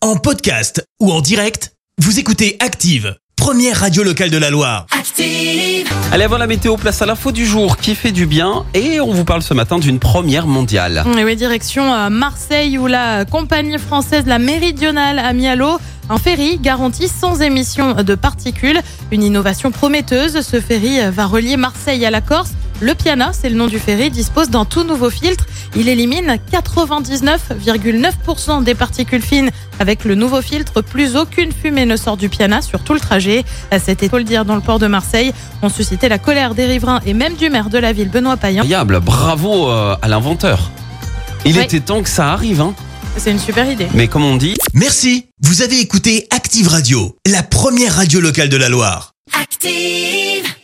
En podcast ou en direct, vous écoutez Active, première radio locale de la Loire. Active. Allez, avant la météo, place à l'info du jour qui fait du bien et on vous parle ce matin d'une première mondiale. Et oui, direction euh, Marseille où la compagnie française La Méridionale a mis à l'eau un ferry garanti sans émission de particules. Une innovation prometteuse. Ce ferry euh, va relier Marseille à la Corse. Le Piana, c'est le nom du ferry, dispose d'un tout nouveau filtre. Il élimine 99,9% des particules fines. Avec le nouveau filtre, plus aucune fumée ne sort du Piana sur tout le trajet. À cet état, faut le dire, dans le port de Marseille, ont suscité la colère des riverains et même du maire de la ville, Benoît Payan. Incroyable, bravo euh, à l'inventeur. Il Ouais. était temps que ça arrive, hein. C'est une super idée. mais comme on dit, Merci, vous avez écouté Active Radio, la première radio locale de la Loire. Active.